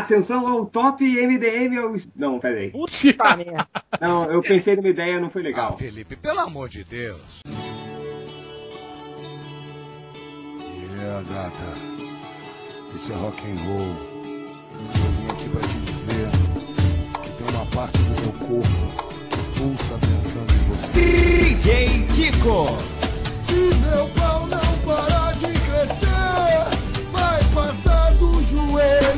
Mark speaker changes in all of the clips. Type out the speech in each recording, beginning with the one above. Speaker 1: Atenção ao top MDM ao... Não, peraí.
Speaker 2: Puta merda.
Speaker 1: Não, eu pensei numa ideia, não foi legal.
Speaker 3: Ah, Felipe, pelo amor de Deus.
Speaker 4: Yeah, gata. Isso é rock and roll. Eu vim aqui pra te dizer que tem uma parte do meu corpo que pulsa pensando em você.
Speaker 5: DJ Tico.
Speaker 4: Se meu pau não parar de crescer, vai passar do joelho.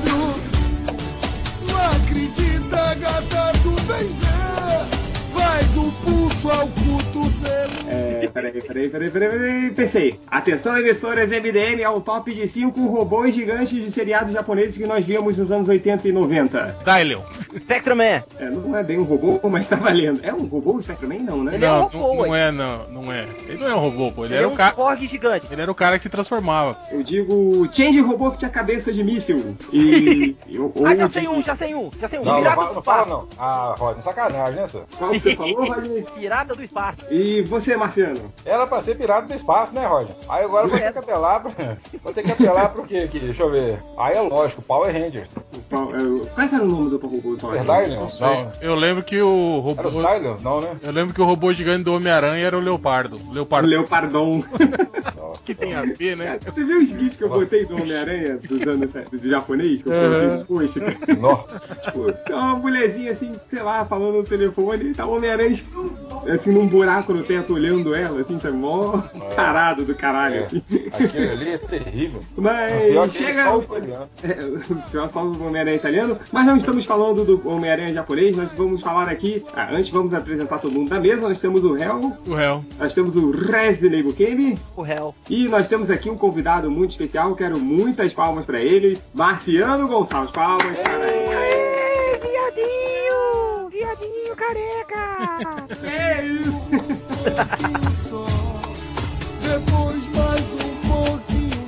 Speaker 4: Não acredita, gata, tu vem ver. Vai do pulso ao cotovelo.
Speaker 1: É, peraí, peraí, peraí, peraí, peraí, pensei. Atenção, emissoras MDM ao top de 5 robôs gigantes de seriados japoneses que nós víamos nos anos 80 e 90.
Speaker 2: Dai, Leon.
Speaker 5: Spectrum
Speaker 1: É, não é bem um robô, mas tá valendo. É um robô o Spectrum Não, né?
Speaker 2: Ele é um
Speaker 6: Não,
Speaker 2: robô,
Speaker 6: não, não
Speaker 2: ele.
Speaker 6: é, não, não é. Ele não é um robô, pô.
Speaker 2: Ele
Speaker 6: Ele,
Speaker 2: é
Speaker 6: era
Speaker 2: um
Speaker 6: o cara.
Speaker 2: Borg gigante.
Speaker 6: Ele era o cara que se transformava.
Speaker 1: Eu digo Change Robô que tinha cabeça de míssil. E. eu- ou
Speaker 2: Ah, já sei
Speaker 1: digo-
Speaker 2: um, já sei um, já sei um.
Speaker 7: Não, não,
Speaker 2: Pirata
Speaker 7: fala,
Speaker 2: do
Speaker 7: não fala
Speaker 2: espaço.
Speaker 7: não. Ah, Rodney, sacanagem, né, senhor?
Speaker 1: Qual que você falou, Vale?
Speaker 2: Pirata do espaço.
Speaker 1: E você, Marciano?
Speaker 7: Era pra ser pirata do espaço, né, Roger? Aí agora eu vou ter que apelar pra. Vou ter que apelar pro quê aqui? Deixa eu ver. Aí é lógico, Power Rangers.
Speaker 1: O Paul- é, o- Qual é que era o nome do robô? do Power Rangers?
Speaker 7: Verdade, Leon?
Speaker 6: Não sei.
Speaker 7: Não.
Speaker 6: Eu lembro que o
Speaker 7: Era os
Speaker 6: robô.
Speaker 7: Silence, não, né?
Speaker 6: Eu lembro que o robô gigante do Homem-Aranha era o Leopardo. Leopardo.
Speaker 1: Leopardon.
Speaker 7: Nossa.
Speaker 6: que tem a ver, né?
Speaker 1: É, Você viu os gifs que eu botei do Homem-Aranha dos anos dos japonês? Que eu coloquei no post, cara?
Speaker 7: Nó.
Speaker 1: Tipo, é uma mulherzinha assim, sei lá, falando no telefone, e tá o Homem-Aranha assim num buraco no teto olhando ela, assim, sabe? Mó tarado do
Speaker 7: É.
Speaker 1: caralho. assim.
Speaker 7: Aquilo ali é terrível. Pior é
Speaker 1: Mas
Speaker 7: que ele
Speaker 1: chega.
Speaker 7: só o italiano.
Speaker 1: É, o pior só do Homem-Aranha italiano, mas não estamos falando do Homem-Aranha japonês, nós vamos falar aqui. Ah, antes vamos apresentar todo mundo da mesa, nós temos o Hell,
Speaker 6: O réu.
Speaker 1: nós temos o Resident Bukemi.
Speaker 2: O réu.
Speaker 1: E nós temos aqui um convidado muito especial, quero muitas palmas pra eles. Marciano Gonçalves, palmas para ele.
Speaker 2: Viadinho! Viadinho careca!
Speaker 1: Que É isso?
Speaker 4: pouquinho só, depois mais um pouquinho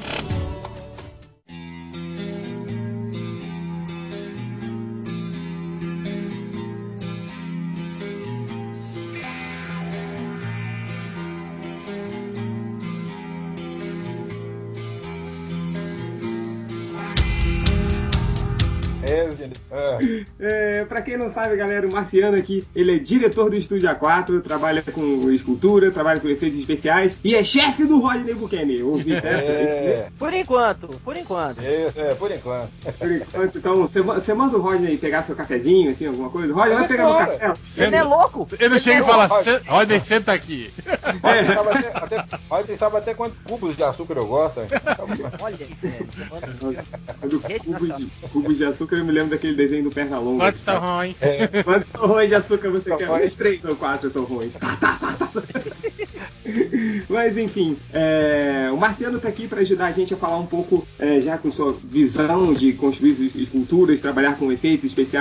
Speaker 7: É, gente. É.
Speaker 1: É, pra quem não sabe, galera, o Marciano aqui, ele é diretor do Estúdio A4, trabalha com escultura, trabalha com efeitos especiais e é chefe do Rodney Buchanan. Ouvi certo? É isso mesmo?
Speaker 7: É,
Speaker 2: Por enquanto, por enquanto.
Speaker 7: isso, é, por enquanto.
Speaker 1: Por enquanto, então, você ma- você manda o Rodney pegar seu cafezinho, assim, alguma coisa? Rodney, vai
Speaker 7: Mas é
Speaker 1: pegar meu
Speaker 7: claro.
Speaker 1: café.
Speaker 2: Ele é
Speaker 6: Senta.
Speaker 2: louco!
Speaker 6: Ele chega e
Speaker 2: é
Speaker 6: fala:
Speaker 7: louco.
Speaker 6: "Se- Rodney, senta aqui.
Speaker 7: é Olha, você sabe até, até, olha, você sabe até quantos cubos de açúcar eu gosto. hein?
Speaker 2: Olha aí, velho.
Speaker 1: Do cubo de, cubo de açúcar, eu me lembro daquele desenho do Pernalonga.
Speaker 6: Quantos estão ruins?
Speaker 7: É,
Speaker 1: Quantos torrões de açúcar você quer?
Speaker 7: Torrões?
Speaker 1: Uns três ou quatro torrões. Tá, tá, tá, tá. Mas enfim, é, o Marciano tá aqui para ajudar a gente a falar um pouco, é, já com sua visão de construir es- esculturas, trabalhar com efeitos especiais.